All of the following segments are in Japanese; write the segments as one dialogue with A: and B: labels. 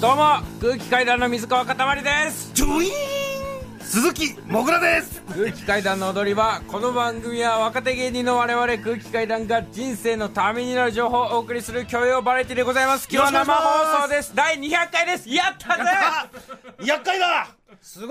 A: どうも空気階段の水川かたまりです
B: ジョイーン鈴木もぐらです
A: 空気階段の踊り場この番組は若手芸人の我々空気階段が人生のためになる情報をお送りする教養バラエティでございます今日は生放送です第200回ですやったぜ
B: 厄介だすごい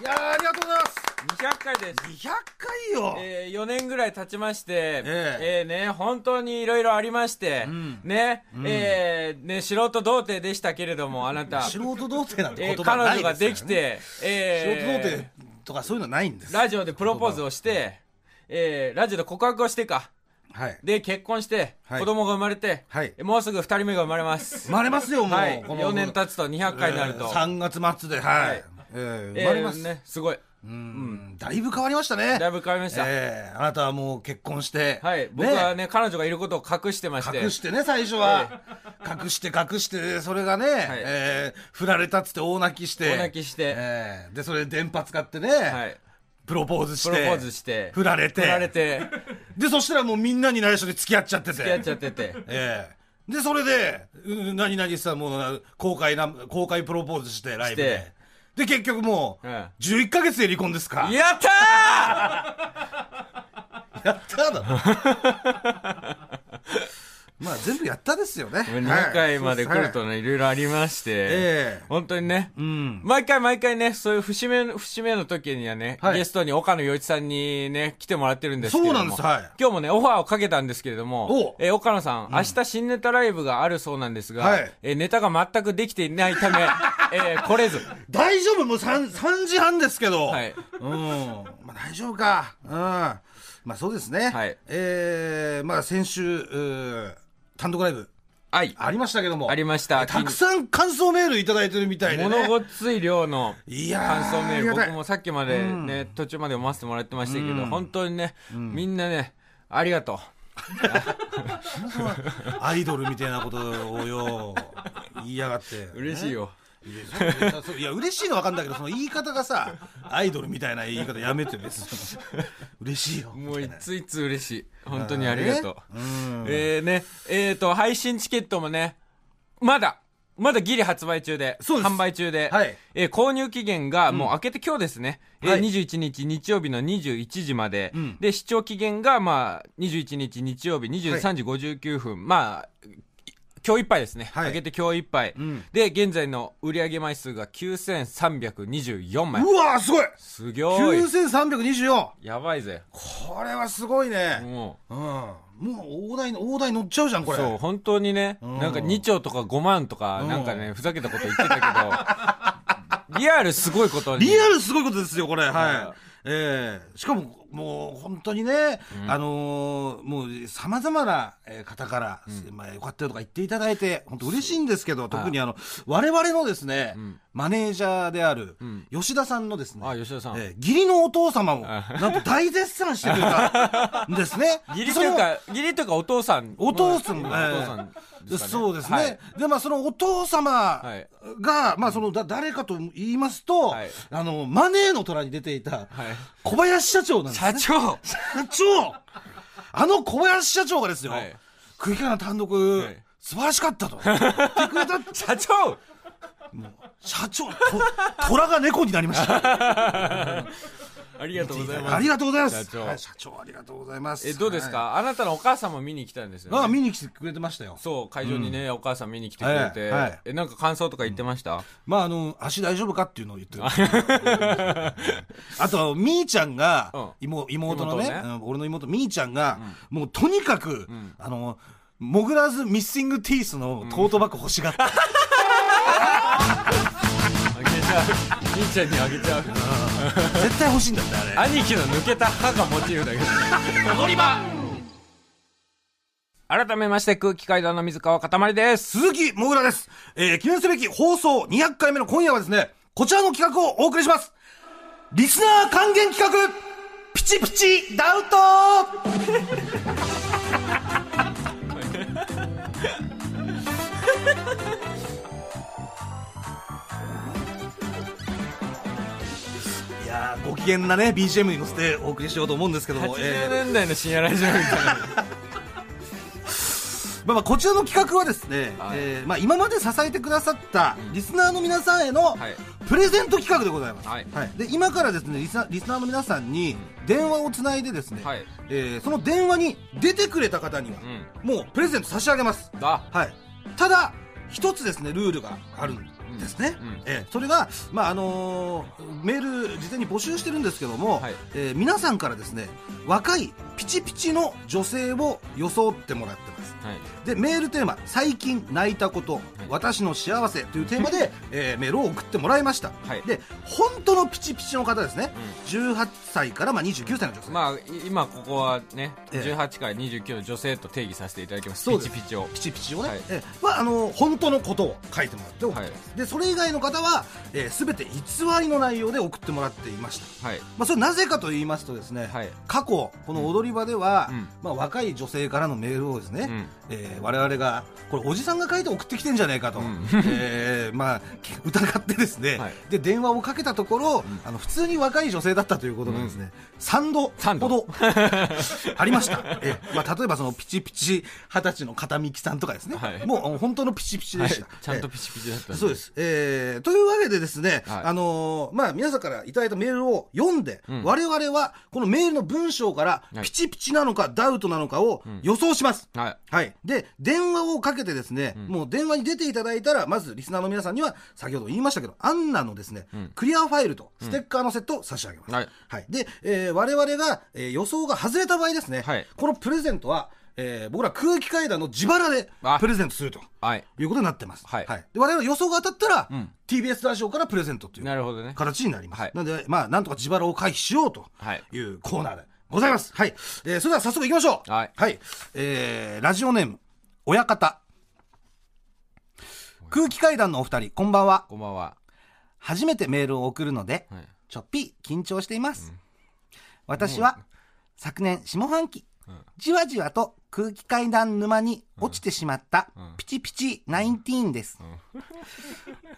B: いやーありがとうございます
A: 200回です
B: 200回よ、
A: え4年ぐらい経ちまして、え
B: え
A: ーね、本当にいろいろありまして、ね、えーね、素人童貞でしたけれども、あなた、
B: 素人童貞なんて
A: え
B: 言
A: ー
B: 葉
A: 彼
B: ない
A: 女ができて、
B: ですからね、
A: えー
B: 素人童貞とかそういうのないんです
A: ラジオでプロポーズをして、えーラジオで告白をしてか。
B: はい
A: で、結婚して、
B: はい
A: 子供が生まれて、
B: はい
A: もうすぐ2人目が生まれます。
B: 生まれますよもう、
A: はい。
B: この
A: 4年経つと200回になると。
B: 3月末ではい、
A: はい
B: えー
A: えー
B: 生まれます、
A: ね、すごい。
B: うんだいぶ変わりましたね
A: だいぶ変わりました。
B: えーあなたはもう結婚して
A: はい。僕はね、彼女がいることを隠してまして。
B: 隠してね最初は、隠して隠してそれがね、えー振られたっつって大泣きして
A: 大泣きして
B: えーでそれで電波使ってね、
A: はい。
B: プロポーズし
A: プ
B: て
A: ロポーズして。
B: 振られて
A: 振られて、
B: でそしたらもうみんなに内緒で付き合っちゃってて
A: やっちゃってて。
B: えーでそれでうん何々さもうな公開な公開プロポーズしてライブ
A: し
B: で
A: て
B: で結局もう、
A: うん
B: 11か月で離婚ですか
A: やった
B: やっただろ まあ全部やったですよね
A: ー !2 回まで来る
B: はい
A: とね、いろいろありまして。
B: ええ
A: 本当にね。
B: うん
A: 毎回毎回ね、そういう節目の、節目の時にはね、
B: はい
A: ゲストに岡野陽一さんにね、来てもらってるんですけれども。
B: そうなんですはい
A: 今日もね、オファーをかけたんですけれども
B: お、
A: えー岡野さん、明日新ネタライブがあるそうなんですが、
B: はい
A: えーネタが全くできていない ため、えー来れず。
B: 大丈夫もう 3, 3時半ですけど、
A: はい
B: うんまあ、大丈夫か、うん、まあそうですね、
A: はい
B: えーまあ、先週うー単独ライブ
A: はい。
B: ありましたけども
A: ありました
B: たくさん感想メールいただいてるみたいで、ね、
A: 物ごっつい量の
B: いやー
A: 感想メール、
B: ありがたい
A: 僕もさっきまでね、途中まで読ませてもらってましたけど、本当にね、みんなね、ありがとう。
B: アイドルみたいなことをよ言いやがって
A: 嬉しいよ。
B: いやそうそういや嬉しいのは分かんだけどその言い方がさアイドルみたいな言い方やめて別に嬉しいよ
A: もう
B: み
A: い
B: たいな
A: ついつ嬉しい。本当にありがとう。
B: うん
A: えー、ね、えーと、配信チケットもね、まだ、まだギリ発売中で、
B: そうです
A: 販売中で、
B: はい
A: えー購入期限がもう明けて今日ですね、
B: は
A: え
B: い
A: ー21日日曜日の21時まで、
B: ん
A: で、視聴期限がまあ21日日曜日23時59分、まあ、今日いっぱいですね。
B: はい
A: 明けて今日いっぱい。
B: ん
A: で、現在の売上枚数が9324枚。
B: うわーすごい
A: すぎょーい。
B: 9324
A: やばいぜ。
B: これはすごいね。
A: も
B: うん。もう大台、大台乗っちゃうじゃん、こ
A: う。
B: れ。
A: そう、本当にね、
B: ん
A: なんか2兆とか5万とか、
B: うん
A: なんかね、ふざけたこと言ってた けど、リアルすごいことに。
B: リアルすごいことですよ、これ。
A: は
B: はい。ええしかも、もう本当にね、あのーもう様々なえー方から、まあ、よかったよとか言っていただいて、本当嬉しいんですけど、特にあの、我々のですね、マネージャーである、吉田さんのですね、
A: あ、吉田さん。。
B: えー義理のお父様も、なんと大絶賛してくれたんですね
A: 義理というか、義理というかお父さん。
B: お父さん、
A: お
B: え
A: 父
B: え
A: さんですかね。
B: そうですね、
A: はい
B: でまあそのお父様
A: はい
B: が、まあそのだ誰かと言いますと、
A: はい
B: あのマネーの虎に出ていた小林社長なんです、
A: 社
B: ね、
A: 長
B: 社長あの小林社長がですよ、
A: はい
B: 区域からの単独、
A: はい
B: 素晴らしかったと言ってくれた
A: 社長
B: 社長と虎が猫になりました
A: ありがとうございます。
B: ありがとうございます
A: 社長
B: はい、社長ありがとうございます
A: え、どうです
B: は
A: かあなたのお母さんも見に来たんです
B: いあ
A: よね。
B: 見に来てくれてましたよ
A: そう、会場にね、お母さん見に来てくれて
B: はいはい。
A: え、なんか感想とか言ってました
B: まああの足大丈夫かっていうのを言 ってるあとみーちゃんが、妹妹のね
A: 妹ね
B: うん俺の妹みーちゃんが、もうとにかく、あのモグラーズミッシングティースのトートバッグ欲しが った、
A: あげちゃう。 兄ちゃんにあげちゃう。
B: 絶対欲しいんだってあれ
A: 兄貴の抜けた歯がモチーフだけど。踊り場改めまして、空気階段の水川かたまりです。
B: 鈴木もぐらです、えー記念すべき放送200回目の今夜はですねこちらの企画をお送りしますリスナー還元企画ピチピチダウトいやーご機嫌なね BGM に乗せてお送りしようと思うんですけども、えー
A: 80年代の深夜ラジオみたいな。
B: まあまあこちらの企画はですね、
A: はい
B: えーまあ今まで支えてくださったリスナーの皆さんへの
A: はい
B: プレゼント企画でございます。
A: はい
B: で今からですねリスナーリスナーの皆さんに電話をつないでですね、
A: はい
B: えーその電話に出てくれた方には、もうプレゼント差し上げます。
A: あ
B: はい、ただ、一つですねルールがあるんですね、
A: うんうん
B: えーそれが、まああのーメール、事前に募集してるんですけども、
A: はい
B: えー皆さんからですね若いピチピチの女性を装ってもらってます。
A: はい
B: でメールテーマ「最近泣いたこと、私の幸せ」というテーマ で、えーメールを送ってもらいました、
A: はい
B: で本当のピチピチの方ですね、18歳からまあ29歳の女性、
A: まあい今ここはね
B: ええ
A: 18から29の女性と定義させていただきます
B: そう
A: ピ
B: で
A: チ
B: す
A: ピチを
B: ピチピチをね、
A: はい
B: えーはあの本当のことを書いてもらって送ってます、でそれ以外の方は、えー、全て偽りの内容で送ってもらっていました、
A: はい
B: まあ、それなぜかと言いますとですね、
A: はい
B: 過去この踊り場では、
A: うん
B: まあ、若い女性からのメールをですね、
A: うん
B: えー我々がこれおじさんが書いて送ってきてんじゃないかと、
A: ん
B: えーまあ、 き疑ってですね、
A: はい
B: で電話をかけたところ、あの普通に若い女性だったということがですね、3度
A: 三度
B: ほ どありました、えーまあ、例えばそのピチピチ二十歳の片道さんとかですね、
A: はい
B: もう本当のピチピチ
A: は
B: で
A: い
B: した、
A: ちゃんとピチピチだったん
B: そうです、えーというわけでですね、
A: はい
B: あのーまあ、皆さんからいただいたメールを読んで、
A: ん
B: 我々はこのメールの文章から
A: はい
B: ピチピチなのかダウトなのかを予想します、
A: はい
B: はい、で電話をかけてですね、もう電話に出ていただいたらまずリスナーの皆さんには先ほど言いましたけどアンナのですね、クリアファイルとステッカーのセットを差し上げます、
A: はい
B: で、えー我々が、えー予想が外れた場合ですね、
A: はい
B: このプレゼントは、えー僕ら空気階段の自腹で
A: あ
B: プレゼントすると。
A: はい
B: いうことになってます。
A: はい
B: で我々予想が当たったら、
A: うん
B: TBS ラジオからプレゼントとい
A: な
B: う
A: るほどね
B: 形になります。
A: はい
B: なので、まあ、なんとか自腹を回避しようと
A: はい
B: いうコーナーでございます。はい。えーそれでは早速行きましょう。
A: はい
B: えーラジオネーム、親方。空気階段のお二人、こんばんは。
A: こんばんは
B: 初めてメールを送るので、
A: はい
B: ちょっぴり緊張しています、私は昨年下半期、
A: うん
B: じわじわと空気階段沼に落ちてしまった
A: うん
B: ピチピチナインティーンです、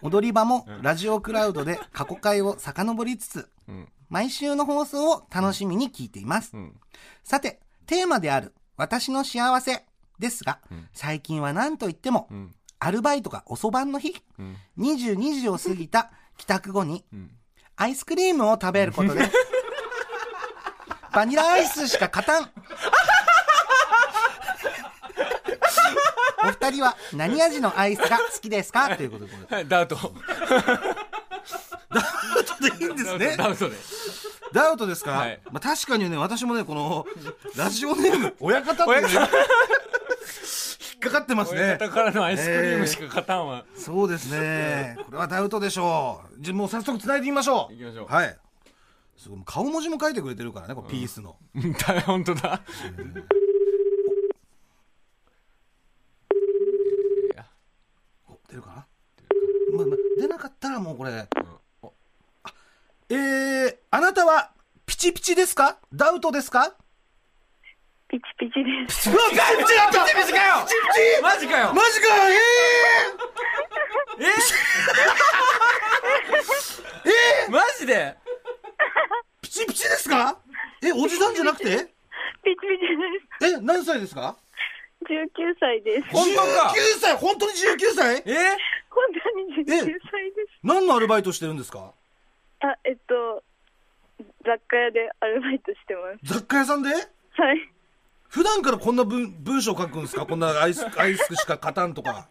B: 踊り場もラジオクラウドで過去回を遡りつつ
A: うん
B: 毎週の放送を楽しみに聞いています、
A: うん
B: さてテーマである「私の幸せ」ですが、
A: ん
B: 最近は何といっても、
A: うん
B: アルバイトが遅番の日
A: うん
B: 22時を過ぎた帰宅後に
A: うん
B: アイスクリームを食べることで、バニラアイスしか勝たん。お二人は何味のアイスが好きですかということで。
A: ダウト
B: ダウトでいいんですね。
A: ダウトで
B: ダウトですか、
A: はい
B: まあ確かにね、私もね、この、ラジオネーム、親方っていうのが引っかかってます
A: 親
B: ね。
A: 方からのアイスクリームしか勝たんわ
B: そうですね。これはダウトでしょう。じゃあもう早速繋いでみましょう。
A: 行きましょう
B: はい。すごい顔文字も書いてくれてるからね、これピースの。
A: だ 本当だ
B: お出るかなまあまあ、出なかったらもうこれ、
A: お
B: えー、あなたはピチピチですかダウトですか
C: ピチピチです。
B: うわピチピチだったピチピチかよ
A: マジかよ
B: マジかよえー、えー、
A: マジで
B: ピチピチですかえ、おじさんじゃなくて
C: ピチピチです。
B: え、何歳ですか
C: 19歳です。
A: 本当か
B: ?19 歳本当に19歳
A: え
C: 本当に19歳です。
B: 何のアルバイトしてるんですか
C: あ、えっと、雑貨屋でアルバイトしてます。
B: 雑貨屋さんで
C: はい。
B: 普段からこんな文文章書くんですかこんなアイス、アイスしか勝たんと か。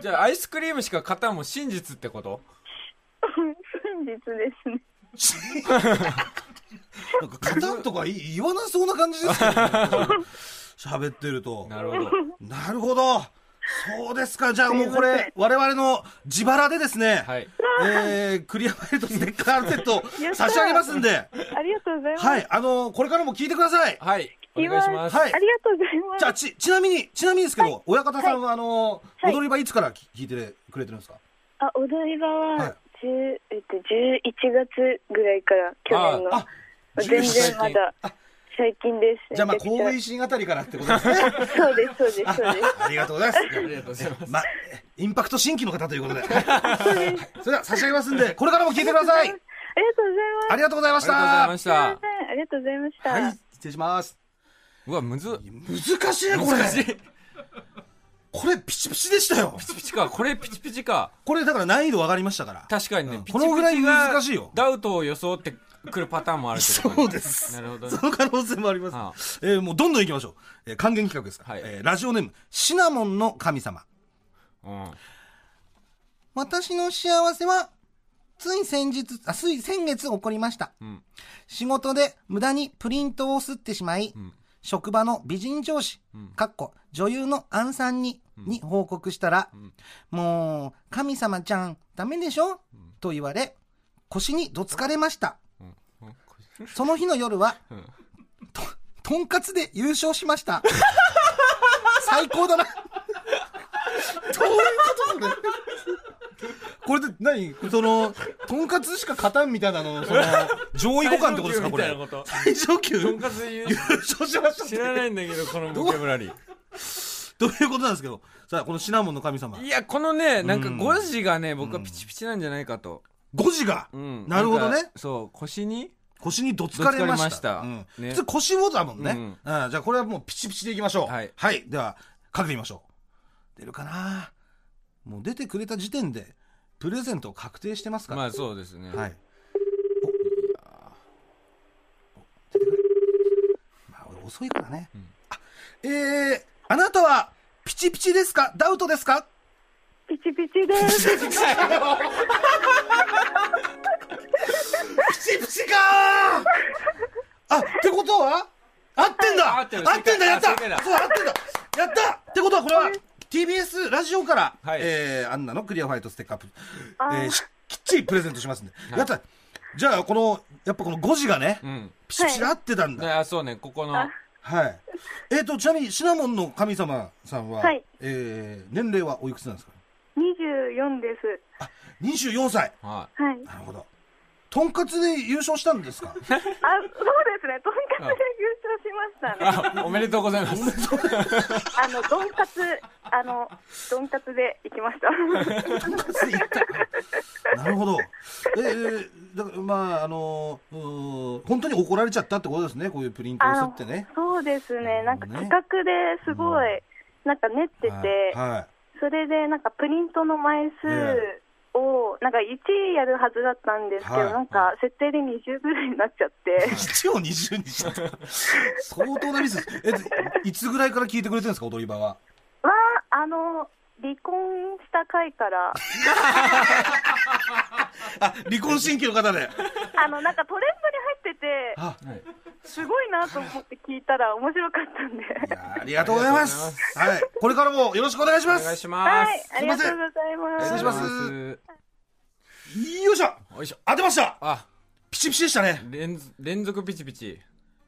A: じゃあアイスクリームしか勝たんも真実ってこと
C: 真実ですね。
B: なんか勝たんとかい言わなそうな感じですけどね喋ってると。
A: なるほど
B: なるほど。そうですか。じゃあもうこ
C: すいま
B: れ
C: せん、
B: 我々の自腹でですね、
A: はい
B: えー、クリアファイルとステッカーセット
C: やった
B: 差し上げますんで、
C: ありがとうございます。
B: はい、あのこれからも聞いてください。
A: はいお願いします
B: はい
C: ありがとうございます。
B: じゃあ、ち、ちなみに、ちなみにですけど、親方さんは、あの
C: はい
B: 踊り場いつから聞聞いてくれてるんですか
C: あ、お台場
B: は、
C: はい十、えっと、11月ぐらいから、去年の。
B: あ、
C: 全然まだ、最近です。
B: じゃあまあ、
C: めちくち
B: 神戸新あたりからってことですね。
C: そうです、そうです、そうです。
B: ありがとうございます。
A: ありがとうございます
B: ま、インパクト新規の方ということで。それでは差し上げますんで、これからも聞いてください。
C: ありがとうございます。
B: ありがとうございまし
A: ありがとうございま。した
B: た
C: すいませんありがとうございました。
B: はい、失礼します。
A: うわむずっ
B: 難しいね、これ。
A: 難しい
B: これピチピチでしたよ
A: ピ。チピチかこれピチピチか
B: これだから難易度分かりましたから。
A: 確かにね、
B: うん
A: ピチピ
B: このぐら
A: チ
B: い
A: が
B: 難しいよ
A: ダウトを装ってくるパターンもあるってことね
B: そうです
A: なるほどね
B: その可能性もあり
A: はあ
B: ます。えーもうどんどん行きましょう。えー還元企画ですから。
A: はい
B: えーラジオネーム、シナモンの神様。
A: うん
B: 私の幸せは、つい先日、あ、つい先月起こりました。
A: うん
B: 仕事で無駄にプリントを吸ってしまい、
A: ん
B: 職場の美人上司、かっこ女優のアンさんに、に報告したら、もう、神様ちゃん、ダメでしょ、と言われ、腰にどつかれました。
A: うんうんこ
B: その日の夜は、
A: ん
B: と、とんかつで優勝し ました。最高だな。どういうことこれ。これで何、その、とんかつしか勝たんみたいなの、その、上位互換ってことですか、こ
A: 最上級み
B: れ
A: たいなこ。
B: 最上級
A: ととんかつ言う
B: 優勝しましたって
A: 知らないんだけどこのボキャブラリー
B: ということなんですけど、さあ、このシナモンの神様
A: い。や、このね、なんか5時がね、僕はピチピチなんじゃないかと。
B: 5時が、
A: うん。
B: なるほど
A: ん
B: ね
A: か。そう、腰に
B: 腰にどつかれま
A: どつか
B: した。
A: れました
B: うん
A: ね
B: 普通腰をだもんね、
A: う
B: うんんじゃあこれはもうピチピチでいきましょう。
A: はい
B: では、かけてみましょう。出るかなもう出てくれた時点で、プレゼント確定してますから。
A: まあそうですね。
B: はい。お出てくるまあ俺遅いからね。あえー、あなたは、ピチピチですかダウトですか
C: ピチピチです。
B: プチプチかー あってことは合ってんだ
A: 合
B: 合
A: っ
B: ってて
A: る
B: んだやった
A: 正解だ
B: そう合ってんだやったってことはこれは TBS ラジオから、
A: はい
B: えー、アンナのクリアファイトステッカープ、
C: あ
B: え
C: ー
B: ーしきっちりプレゼントしますんで、やったじゃあこのやっぱこの5時がね、
A: うん。
B: ピチピチで合ってたんだ、
A: であ、そうね、ここの。
B: はいえーとちなみにシナモンの神様さんは、
C: はい
B: えー年齢はおいくつなんですか
C: 24です。
B: 24歳
A: は
C: はい。
B: なるほどとんかつで優勝したんで すか
C: あ、そうですね。とんかつで優勝しましたね。
A: い。おめでとうございます。
C: あの、どんかつ、あの、どんかつで行 きました。
B: なるほど。えー、だからまああのうー本当に怒られちゃったってことですね。こういうプリントをすってね。
C: そうですね。なんか
B: ね
C: 企画ですごい、なんか練ってて、
B: はいはい。
C: それでなんかプリントの枚数を、なんか1やるはずだったんですけど、
B: はい
C: なんか設定で20ぐらいになっち ゃって、
B: 一応二重にしちゃった。相当なミスです。え、いつぐらいから聞いてくれてるんですか、踊り場は。
C: は、あの、離婚した回から、
B: あ、離婚新規の方で。
C: あの、なんかトレンドに入ってて、
B: あ、
C: すごいなと思って聞いたら面白かったんで。
B: いやありがとうございます。はい、これからもよろしくお願いしま
A: お願い
B: す。
A: し
C: は
A: ま
C: い
A: す。、
C: ありがとうございます。
B: 失礼しますよいしょ、
A: おいしょ。
B: 当てました。
A: あ、
B: ピチピチでしたね。
A: 連続連続ピチピチ。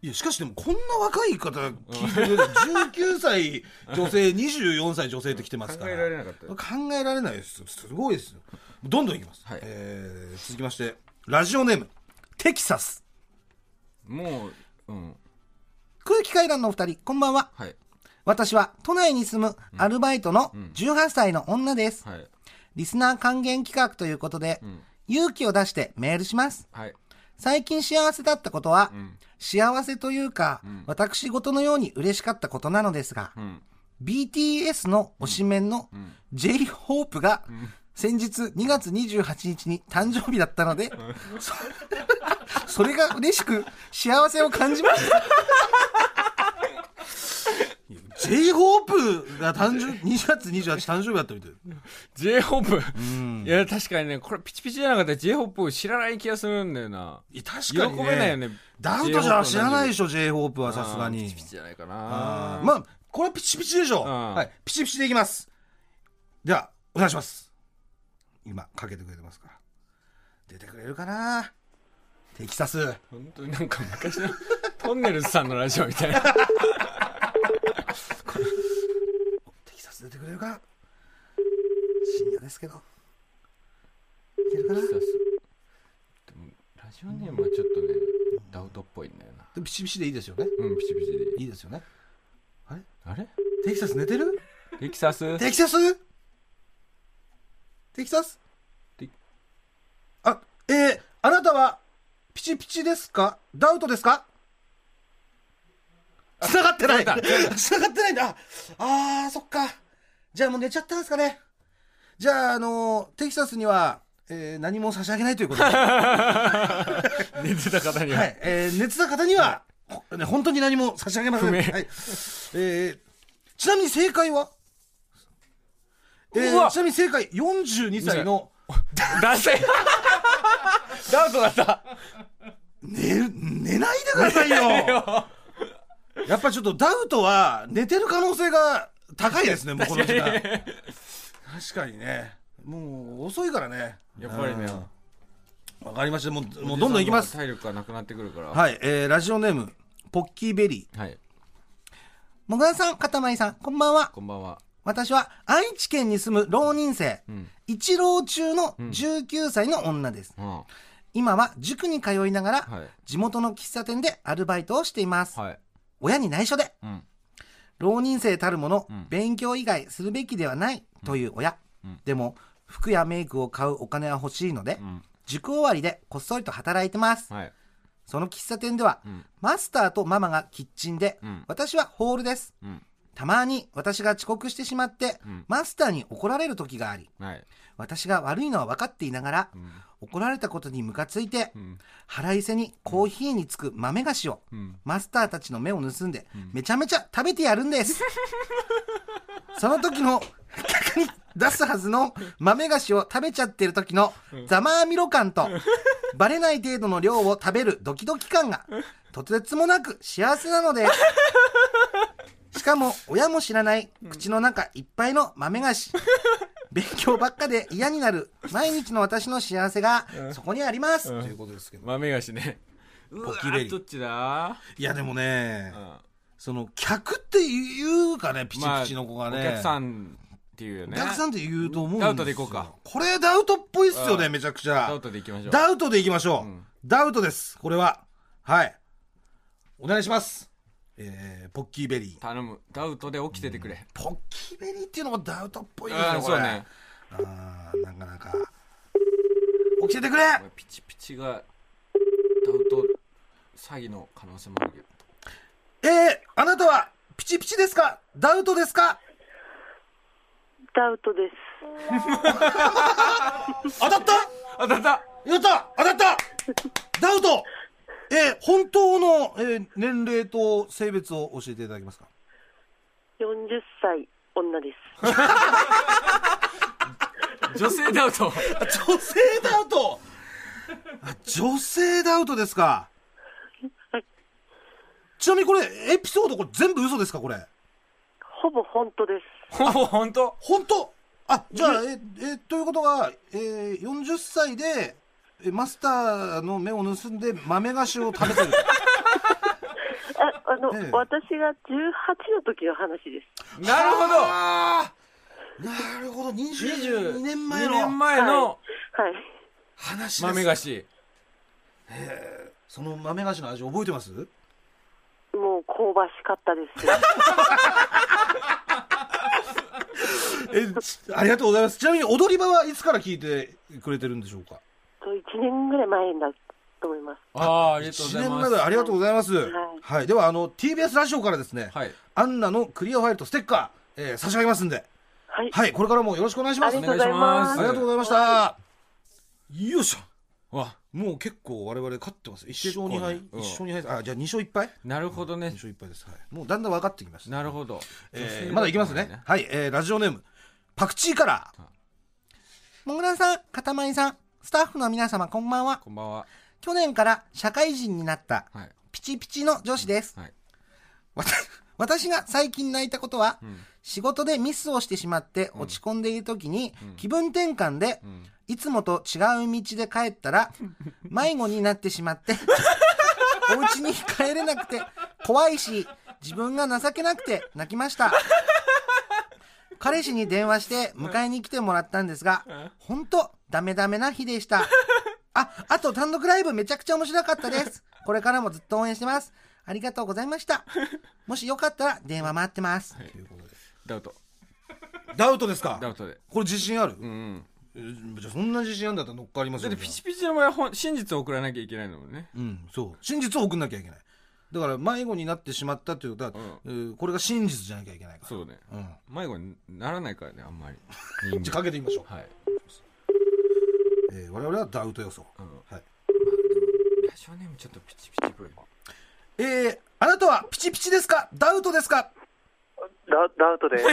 B: いや、しかしでもこんな若い方聞いてる、19歳 女性、24歳女性って来てますから。
A: 考えられなかったよ
B: 考えられないです。すごいですよ。どんどんいきます。
A: はい
B: えー続きまして、ラジオネーム、テキサス。
A: もう、うん。
B: 空気階段のお二人、こんばんは。
A: はい。
B: 私は都内に住むアルバイトの18歳の女です。
A: はい。
B: リスナー還元企画ということで、勇気を出してメールします。
A: はい。
B: 最近幸せだったことは、幸せというか、私事のように嬉しかったことなのですが、
A: ん
B: BTS の推しメンの J-HOPE が、先日2月28日に誕生日だったので、そ それが嬉しく幸せを感じました。J-HOPE が誕生、2月28日誕生日だったみたい。
A: J-HOPE。いや、確かにね、これピチピチじゃなかったら J-HOPE を知らない気がするんだよな。
B: いや確
A: 喜
B: かに、ね、
A: べないよね。
B: ダウトじゃ知らないで
A: し、
B: しょ、J-HOPE はさすがに。
A: ピチピチじゃないか
B: あ
A: な
B: ー。まあ、これはピチピチでしょ。
A: ん
B: はい。ピチピチでいきます。では、お願いします。今、かけてくれてますから。出てくれるかなテキサス。
A: 本当になんか昔 のトンネルズさんのラジオみたいな。
B: テキサス出てくれるか深夜ですけど。いけるかな
A: でもラジオネームはちょっとね、ダウトっぽいんだよな。
B: でもピチピチでいいですよね。
A: うん、ピチピチで。
B: いいですよね。
A: あれ
B: テキサス寝てる
A: テキサス
B: テキサステキサス
A: テ
B: あ、えー、あなたは、ピチピチですかダウトですか 繋がってない繋がってないんだあ、あー、そっか。じゃあもう寝ちゃったんですかね。じゃあ、あのーテキサスには、えー何も差し上げないということで。は
A: 寝てた方には。
B: い。えー、熱た方には、ほね本当に何も差し上げません。
A: 不明
B: はい。えーちなみに正解はえ
A: う
B: ー
A: わ
B: ちなみに正解、42歳の、
A: 男性ダウトだった。
B: 寝、寝ないでくださいよやっぱちょっとダウトは寝てる可能性が高いですね、もうこの時間。確かにね。もう遅いからね。
A: やっぱりね。
B: うん。わかりました。もう、もうどんどんいきます。
A: 体力がなくなってくるから。
B: はい、えー、ラジオネーム、ポッキーベリー。
A: はい。
B: もぐらさん、かたまりさん、こんばんは。
A: こんばんは。
B: 私は愛知県に住む浪人生、一浪中の19歳の女です。
A: うん。は
B: 今は塾に通いながら、
A: はい
B: 地元の喫茶店でアルバイトをしています。
A: い。
B: 親に内緒で、
A: うん。
B: 浪人生たるもの、
A: ん
B: 勉強以外するべきではないという親、
A: うん
B: でも服やメイクを買うお金は欲しいので、
A: うん。
B: 塾終わりでこっそりと働いてます、
A: はい。
B: その喫茶店では、
A: うん。
B: マスターとママがキッチンで、
A: うん
B: 私はホールです
A: うん。
B: たまに私が遅刻してしまって、
A: うん
B: マスターに怒られる時があり
A: はい。
B: 私が悪いのは分かっていながら、
A: うん。
B: 怒られたことにムカついて、
A: うん。
B: 腹いせにコーヒーにつく豆菓子を、
A: うん。
B: マスターたちの目を盗んで、めちゃめちゃ食べてやるんです。 その時の、客に出すはずの豆菓子を食べちゃってる時のざまあみろ感と、バレない程度の量を食べるドキドキ感が、とてつもなく幸せなの です。しかも、親も知らない、口の中いっぱいの豆 菓子。勉強ばっかで嫌になる、毎日の私の幸せが、そこにあります。ということですけど。
A: 豆菓子ね。う
B: ポキベ
A: わ
B: リ
A: どっちだ
B: いや、でもね
A: うん。
B: その客っていうかね、ピチピチの子がね。
A: お客さんっていうよね。
B: お客さんって言うと思うんですよ。
A: ダウトでいこうか。
B: これダウトっぽいっすよね、
A: うん
B: めちゃくちゃ。
A: ダウトでいきましょう。
B: ダウトでいきましょう。
A: ん
B: ダウトです、これは。はい。お願いします。えー、ポッキーベリー。
A: 頼む。ダウトで起きててくれ。
B: ポッキーベリーっていうのもダウトっぽいです
A: あ
B: ね、
A: あ、
B: こ
A: そ
B: れ。
A: うね。
B: あーなかなか。起きててくれ
A: これピチピチが、ダウト詐欺の可能性もあるよ。
B: えー、あなたは、ピチピチですかダウトですか
C: ダウトです。
B: 当たった
A: あ、だだ
B: やった当た ったダウトえー本当の、えー年齢と性別を教えていただけますか
C: 40歳女です。
A: 女性ダウト。
B: 女性ダウトあ女性ダウトですか
C: はい
B: ちなみにこれ、エピソードこれ全部嘘ですかこれ。
C: ほぼ本当です。
A: ほぼ本当
B: 本当あ、じゃあ、え、え、ということは、えー40歳で、えマスターの目を盗んで豆菓子を食べてる。
C: ああの、
B: ええ
C: 私が18の時の話です。
A: なるほど
B: あーなるほど、22年前
A: 2年
B: の
A: 前の
C: はい。
B: 話です。
A: 豆菓子。
B: その豆菓子の味覚えてます
C: もう香ばしかったですよ。
B: え、ちありがとうございます。ちなみに踊り場はいつから聞いてくれてるんでしょうか
C: と1年ぐらい前だと思います。
A: ああ、ありがとうご
B: 1
A: ざい
B: 年
A: ま
B: 前
A: す。
B: だありがとうございます。はい
C: い。
B: では、あの、TBS ラジオからですね、
A: はい。
B: アンナのクリアファイルとステッカー、えー差し上げますんで、
C: はい。
B: はい、これからもよろしくお願いします。
C: あ
B: あり
C: りがとうございます
A: お願
B: がとうございました。よいしょ。
A: わ、
B: もう結構我々勝ってます。1勝2敗、
A: 結構
B: 1
A: ね
B: 勝2敗、あ、じゃあ2勝1敗 ?2
A: なるほどね。
B: 勝1敗です。はい。もうだんだん分かってきました。
A: なるほど。
B: えーまだいきますね。はい、えーラジオネーム、パクチーカラー。もぐらさん、かたまりさん、スタッフの皆様、こんばんは。
A: こんばんは。
B: 去年から社会人になった、
A: はい。
B: ピチピチの女子です。
A: はい。
B: わた 私が最近泣いたことは、
A: ん
B: 仕事でミスをしてしまって落ち込んでいる時に、気分転換で、
A: ん
B: いつもと違う道で帰った ら、迷子になってしま って、お家に帰れなくて怖いし、自分が情けなくて泣きました。彼氏に電話して迎えに来てもらったんですが、ほんとダメダメな日で した。あ、あと単独ライブめちゃくちゃ面白かったです。これからもずっと応援してます。ありがとうございました。もしよかったら電話待ってます。ということで
A: ダウト。
B: ダウトですか
A: ダウトで。
B: これ自信ある、
A: うんうん。
B: えじゃあそんな自信あるんだったら乗っかります
A: だ
B: よ
A: ってピチピチの場合はほん真実を送らなきゃいけないのもんね。
B: うん、そう。真実を送んなきゃいけない。だから迷子になってしまったということは、えーこれが真実じゃなきゃいけないから
A: そうね
B: うん
A: 迷子にならないからねあんまり
B: じゃあかけてみましょ う、
A: はい
B: えー我々はダウト予想、
A: うん
B: はい
A: ラジオネームちょっとピチピチっぽい
B: えーあなたはピチピチですかダウトですか
D: ダダウトです。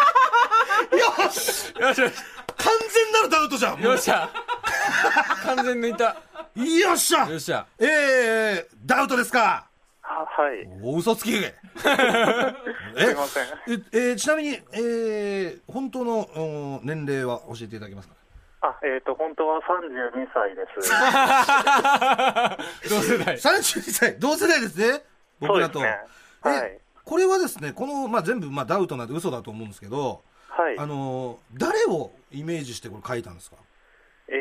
B: よし
A: よしよし
B: 完全なるダウトじゃんも
A: よっしゃ完全抜いた
B: うよっしゃ
A: よっしゃ
B: えー、ダウトですか
D: ははい。
B: お嘘つきえ
D: すいません。
B: ええーちなみに、えー本当のお年齢は教えていただけますか
D: あ、えっ、と、本当は32歳です。
A: 同世代
B: 32歳、同世代ですね、僕らと。
D: そうですねはい
B: えこれはですね、この、まあ、全部、まあ、ダウトなんて嘘だと思うんですけど、
D: はい。
B: あのー誰をイメージしてこれ書いたんですか
D: え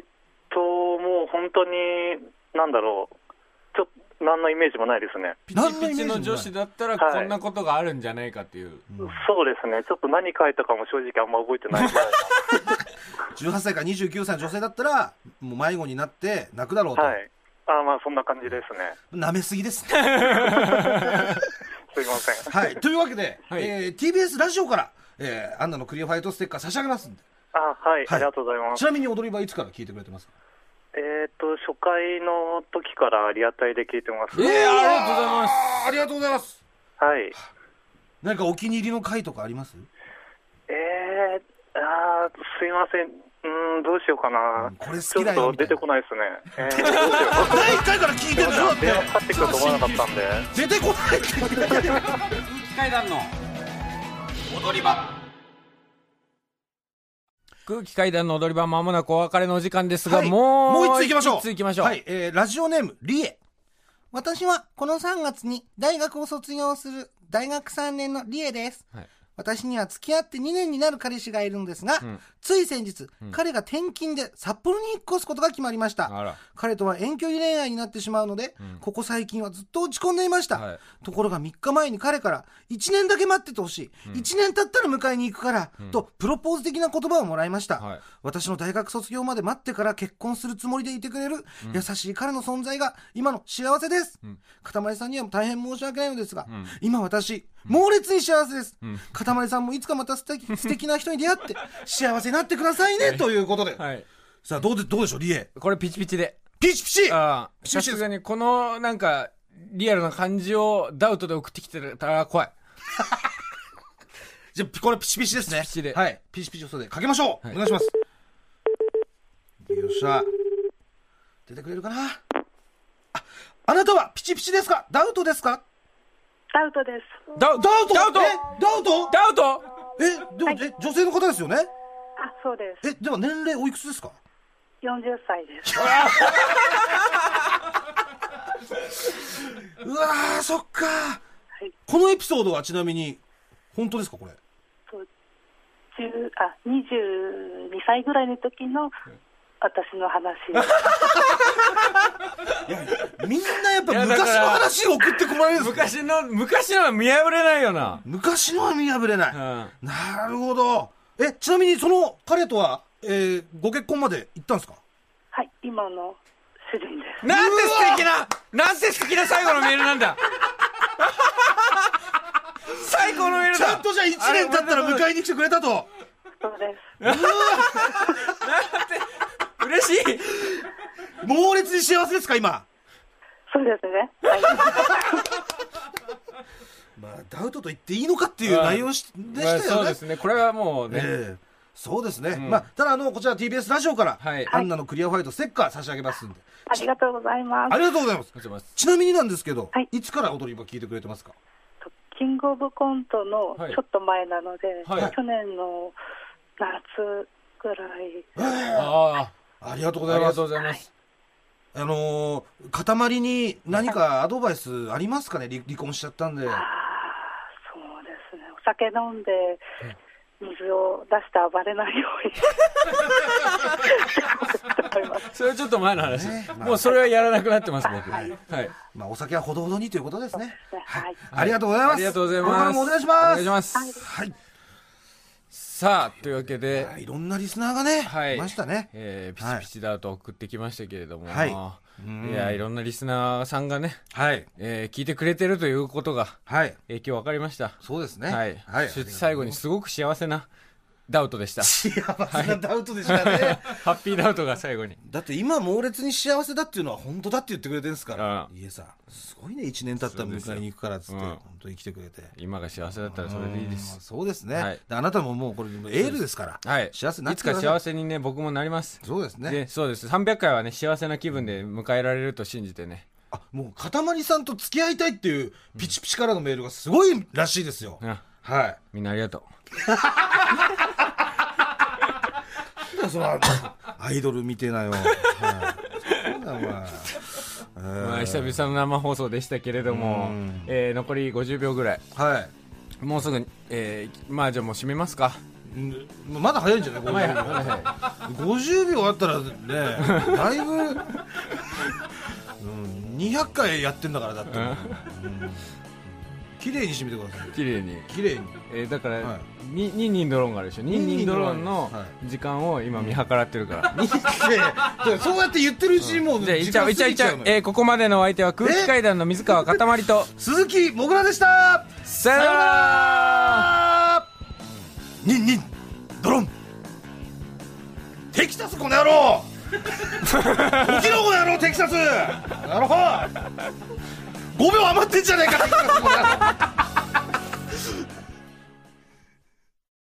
D: ー、っと、もう本当に、なんだろう。ちょっと、何のイメージもないですね。
A: ピチ
B: 何のイ
A: ピ
B: メージ
A: チ
B: もな
A: の
B: い
A: 女子だったら
D: はい
A: こんなことがあるんじゃないかっていう
D: そうですね。ちょっと何書いたかも正直あんま覚えてな いぐらい。
B: ?18 歳から29歳の女性だったら、もう迷子になって泣くだろうと。
D: はい。あ、まあそんな感じですね。
B: 舐めすぎ ですね。
D: すいません。
B: はい。というわけで、
A: はい
B: えー TBS ラジオから、えーアンナのクリアファイトステッカー差し上げますんで。
D: あ、はい。ありがとうございま
B: ち
D: す。
B: なみに踊り場いつから聞いてくれてますか
D: えー、っと、初回の時からリアタイで聞いてます。
A: えー、ありがとうございます
B: あーありがとうございます。
D: はい。
B: 何かお気に入りの回とかあります
D: えー、あーすいません。うーん、どうしようかな。
B: うんこれ好きだ
D: ちょ
B: よ
D: っと出てこないですね。え ー、どうし
B: 第1回から聞いてる
D: よう。電話かかってくると思わなかったんで。
B: 出てこないって
A: 機階段の踊り場空気階段の踊り場まもなくお別れのお時間ですが、
B: はい
A: もう
B: もう一つ行きましょう
A: 一つ行きましょう、
B: はい、えーラジオネーム、リエ。私はこの3月に大学を卒業する大学3年のリエです。
A: はい
B: 私には付き合って2年になる彼氏がいるんですが、
A: ん
B: つい先日、彼が転勤で札幌に引っ越すことが決まりました。
A: あら
B: 彼とは遠距離恋愛になってしまうので、ここ最近はずっと落ち込んでいました、
A: はい
B: ところが3日前に彼から1年だけ待っててほしい、1年経ったら迎えに行くから、とプロポーズ的な言葉をもらいました、
A: はい
B: 私の大学卒業まで待ってから結婚するつもりでいてくれる、優しい彼の存在が今の幸せです、かたまりさんには大変申し訳ないのですが、今私猛烈に幸せです、かたまりさんもいつかまた素敵素敵な人に出会って幸せになってくださいねということで、
A: はい
B: さあどうでどうでしょうリエ
A: これピチピチで
B: ピチピチ
A: ああ
B: ピチ
A: さ
B: ピチです
A: すがにこのなんかリアルな感じをダウトで送ってきてたら怖い
B: じゃあ、これピチピチですね。
A: ピチピチで
B: はい。ピチピチをそれでかけましょう、
A: はい
B: お願いします。よっしゃ。出てくれるかなあ、あなたはピチピチですかダウトですか
C: ダウトです。
A: ダウ
B: ダウト
A: ダウト
B: えダウト
A: ダウト
B: え、でも、え、女性の方ですよね
C: あ、そうです。
B: え、では年齢おいくつですか
C: 40歳です。
B: うわー、そっか
C: い
B: このエピソードはちなみに、本当ですかこれ。
C: そう10あ22歳ぐらいの時の私の話。
B: みんなやっぱ
A: いやだから
B: 昔の話を送ってこられるんですか
A: 昔の昔のは見破れないよな
B: 昔のは見破れない。
A: うん
B: なるほど。え、ちなみにその彼とは、えーご結婚まで行ったんですか
C: はい、今の主人です。
A: なんて素敵ななんて素敵な最後のメールなん だ最高のメール
B: ち
A: だ
B: ゃんとじゃあ1年経ったら迎えに来てくれたと。
C: そうです。
A: 嬉しい
B: 猛烈に幸せですか、今。
C: そうですね。はい、
B: まあ、ダウトと言っていいのかっていう内容しでしたよね。
A: まあそうですね。これはもうね。
B: ええそうですね。まあ、ただ、あの、こちら TBS ラジオから、
A: はい
B: アンナのクリアファイトステッカー差し上げますんで。
C: ありがとうございま
B: あ
C: す。
B: りがとうございます。
A: ありがとうございます
B: ちなみになんですけど、
C: はい
B: い、つから踊り場聞いてくれてますか
C: キングオブコントのちょっと前なので、
A: はい
C: 去年の夏ぐらい、
A: あ
B: ありがとうご
A: あ、あ
B: ざい
A: り
B: ま
A: が
B: す
A: とうご。ざいます。
B: あのー、塊に何かアドバイスありますかね離離婚しちゃったんで。
C: そうですね。お酒飲んで水を出して暴れないように。って思います。
A: それはちょっと前の話
B: ね。まあ
A: もうそれはやらなくなってます、僕。は
C: はいい。
B: まあ、お酒はほどほどにということですね。
C: はい。
B: ありがとうございます。
A: ありがとうございます。
B: これからもお願いします。
A: お願いします。
B: はい。
A: さあというわけで、
B: いろんなリスナーがね、
A: はい
B: いましたね。
A: えーピチピチだと送ってきましたけれども、
B: はい
A: い、やいろんなリスナーさんがね、
B: はい。
A: えー聞いてくれてるということが
B: はい。
A: 影響分かりました、
B: そうですね。
A: はいそして最後に。すごく幸せなダウトでした
B: 幸せなダウトでしたね。
A: ハッピーダウトが最後に
B: だって今猛烈に幸せだっていうのは本当だって言ってくれてるんですから
A: う
B: 家さんすごいね1年経ったら迎えに行くからっつって、
A: うん
B: 本当に来てくれて
A: 今が幸せだったらそれでいいです
B: うんそうですね、
A: はい
B: であなたももうこれエールですから、
A: はい
B: 幸せになっ
A: い
B: て
A: つ
B: くだ
A: か
B: さい
A: 幸せにね僕もなります
B: そうですね
A: でそうです300回はね幸せな気分で迎えられると信じてね
B: あもうかたまりさんと付き合いたいっていうピチピチからのメールがすごいらしいですよ、
A: あ
B: はい
A: みんなありがとう
B: なんだよそのアイドル見てなよ、はい、なんだよお前えー
A: まあ、久々の生放送でしたけれども、えー残り50秒ぐらい
B: はい
A: もうすぐ、えーまあじゃあもう締めますか
B: んまだ早いんじゃない50秒50秒あったらねだいぶ、うん、200回やってんだからだって、うん綺麗に締めてください
A: 綺麗に、
B: 綺 麗に
A: えーだから、
B: はい
A: にニンニンドローンがあるでしょニンニンドローンの
B: は
A: 時間を今見計らってるから、
B: いやいやそうやって言ってるうちにもう
A: じゃあいっ
B: 時
A: ちゃ
B: 間
A: ういっちゃ
B: 過
A: ういっ
B: ぎ
A: ち
B: ち
A: ゃ
B: ゃ
A: う
B: うの
A: え
B: よ
A: ーここまでのお相手は空気階段の水川かたまりと
B: 鈴木もぐらでした
A: さよなら
B: ニンニンドロンテキサスこの野郎起きろこの野郎テキサスなるほど5秒余ってんじゃねえかテキサスこの野郎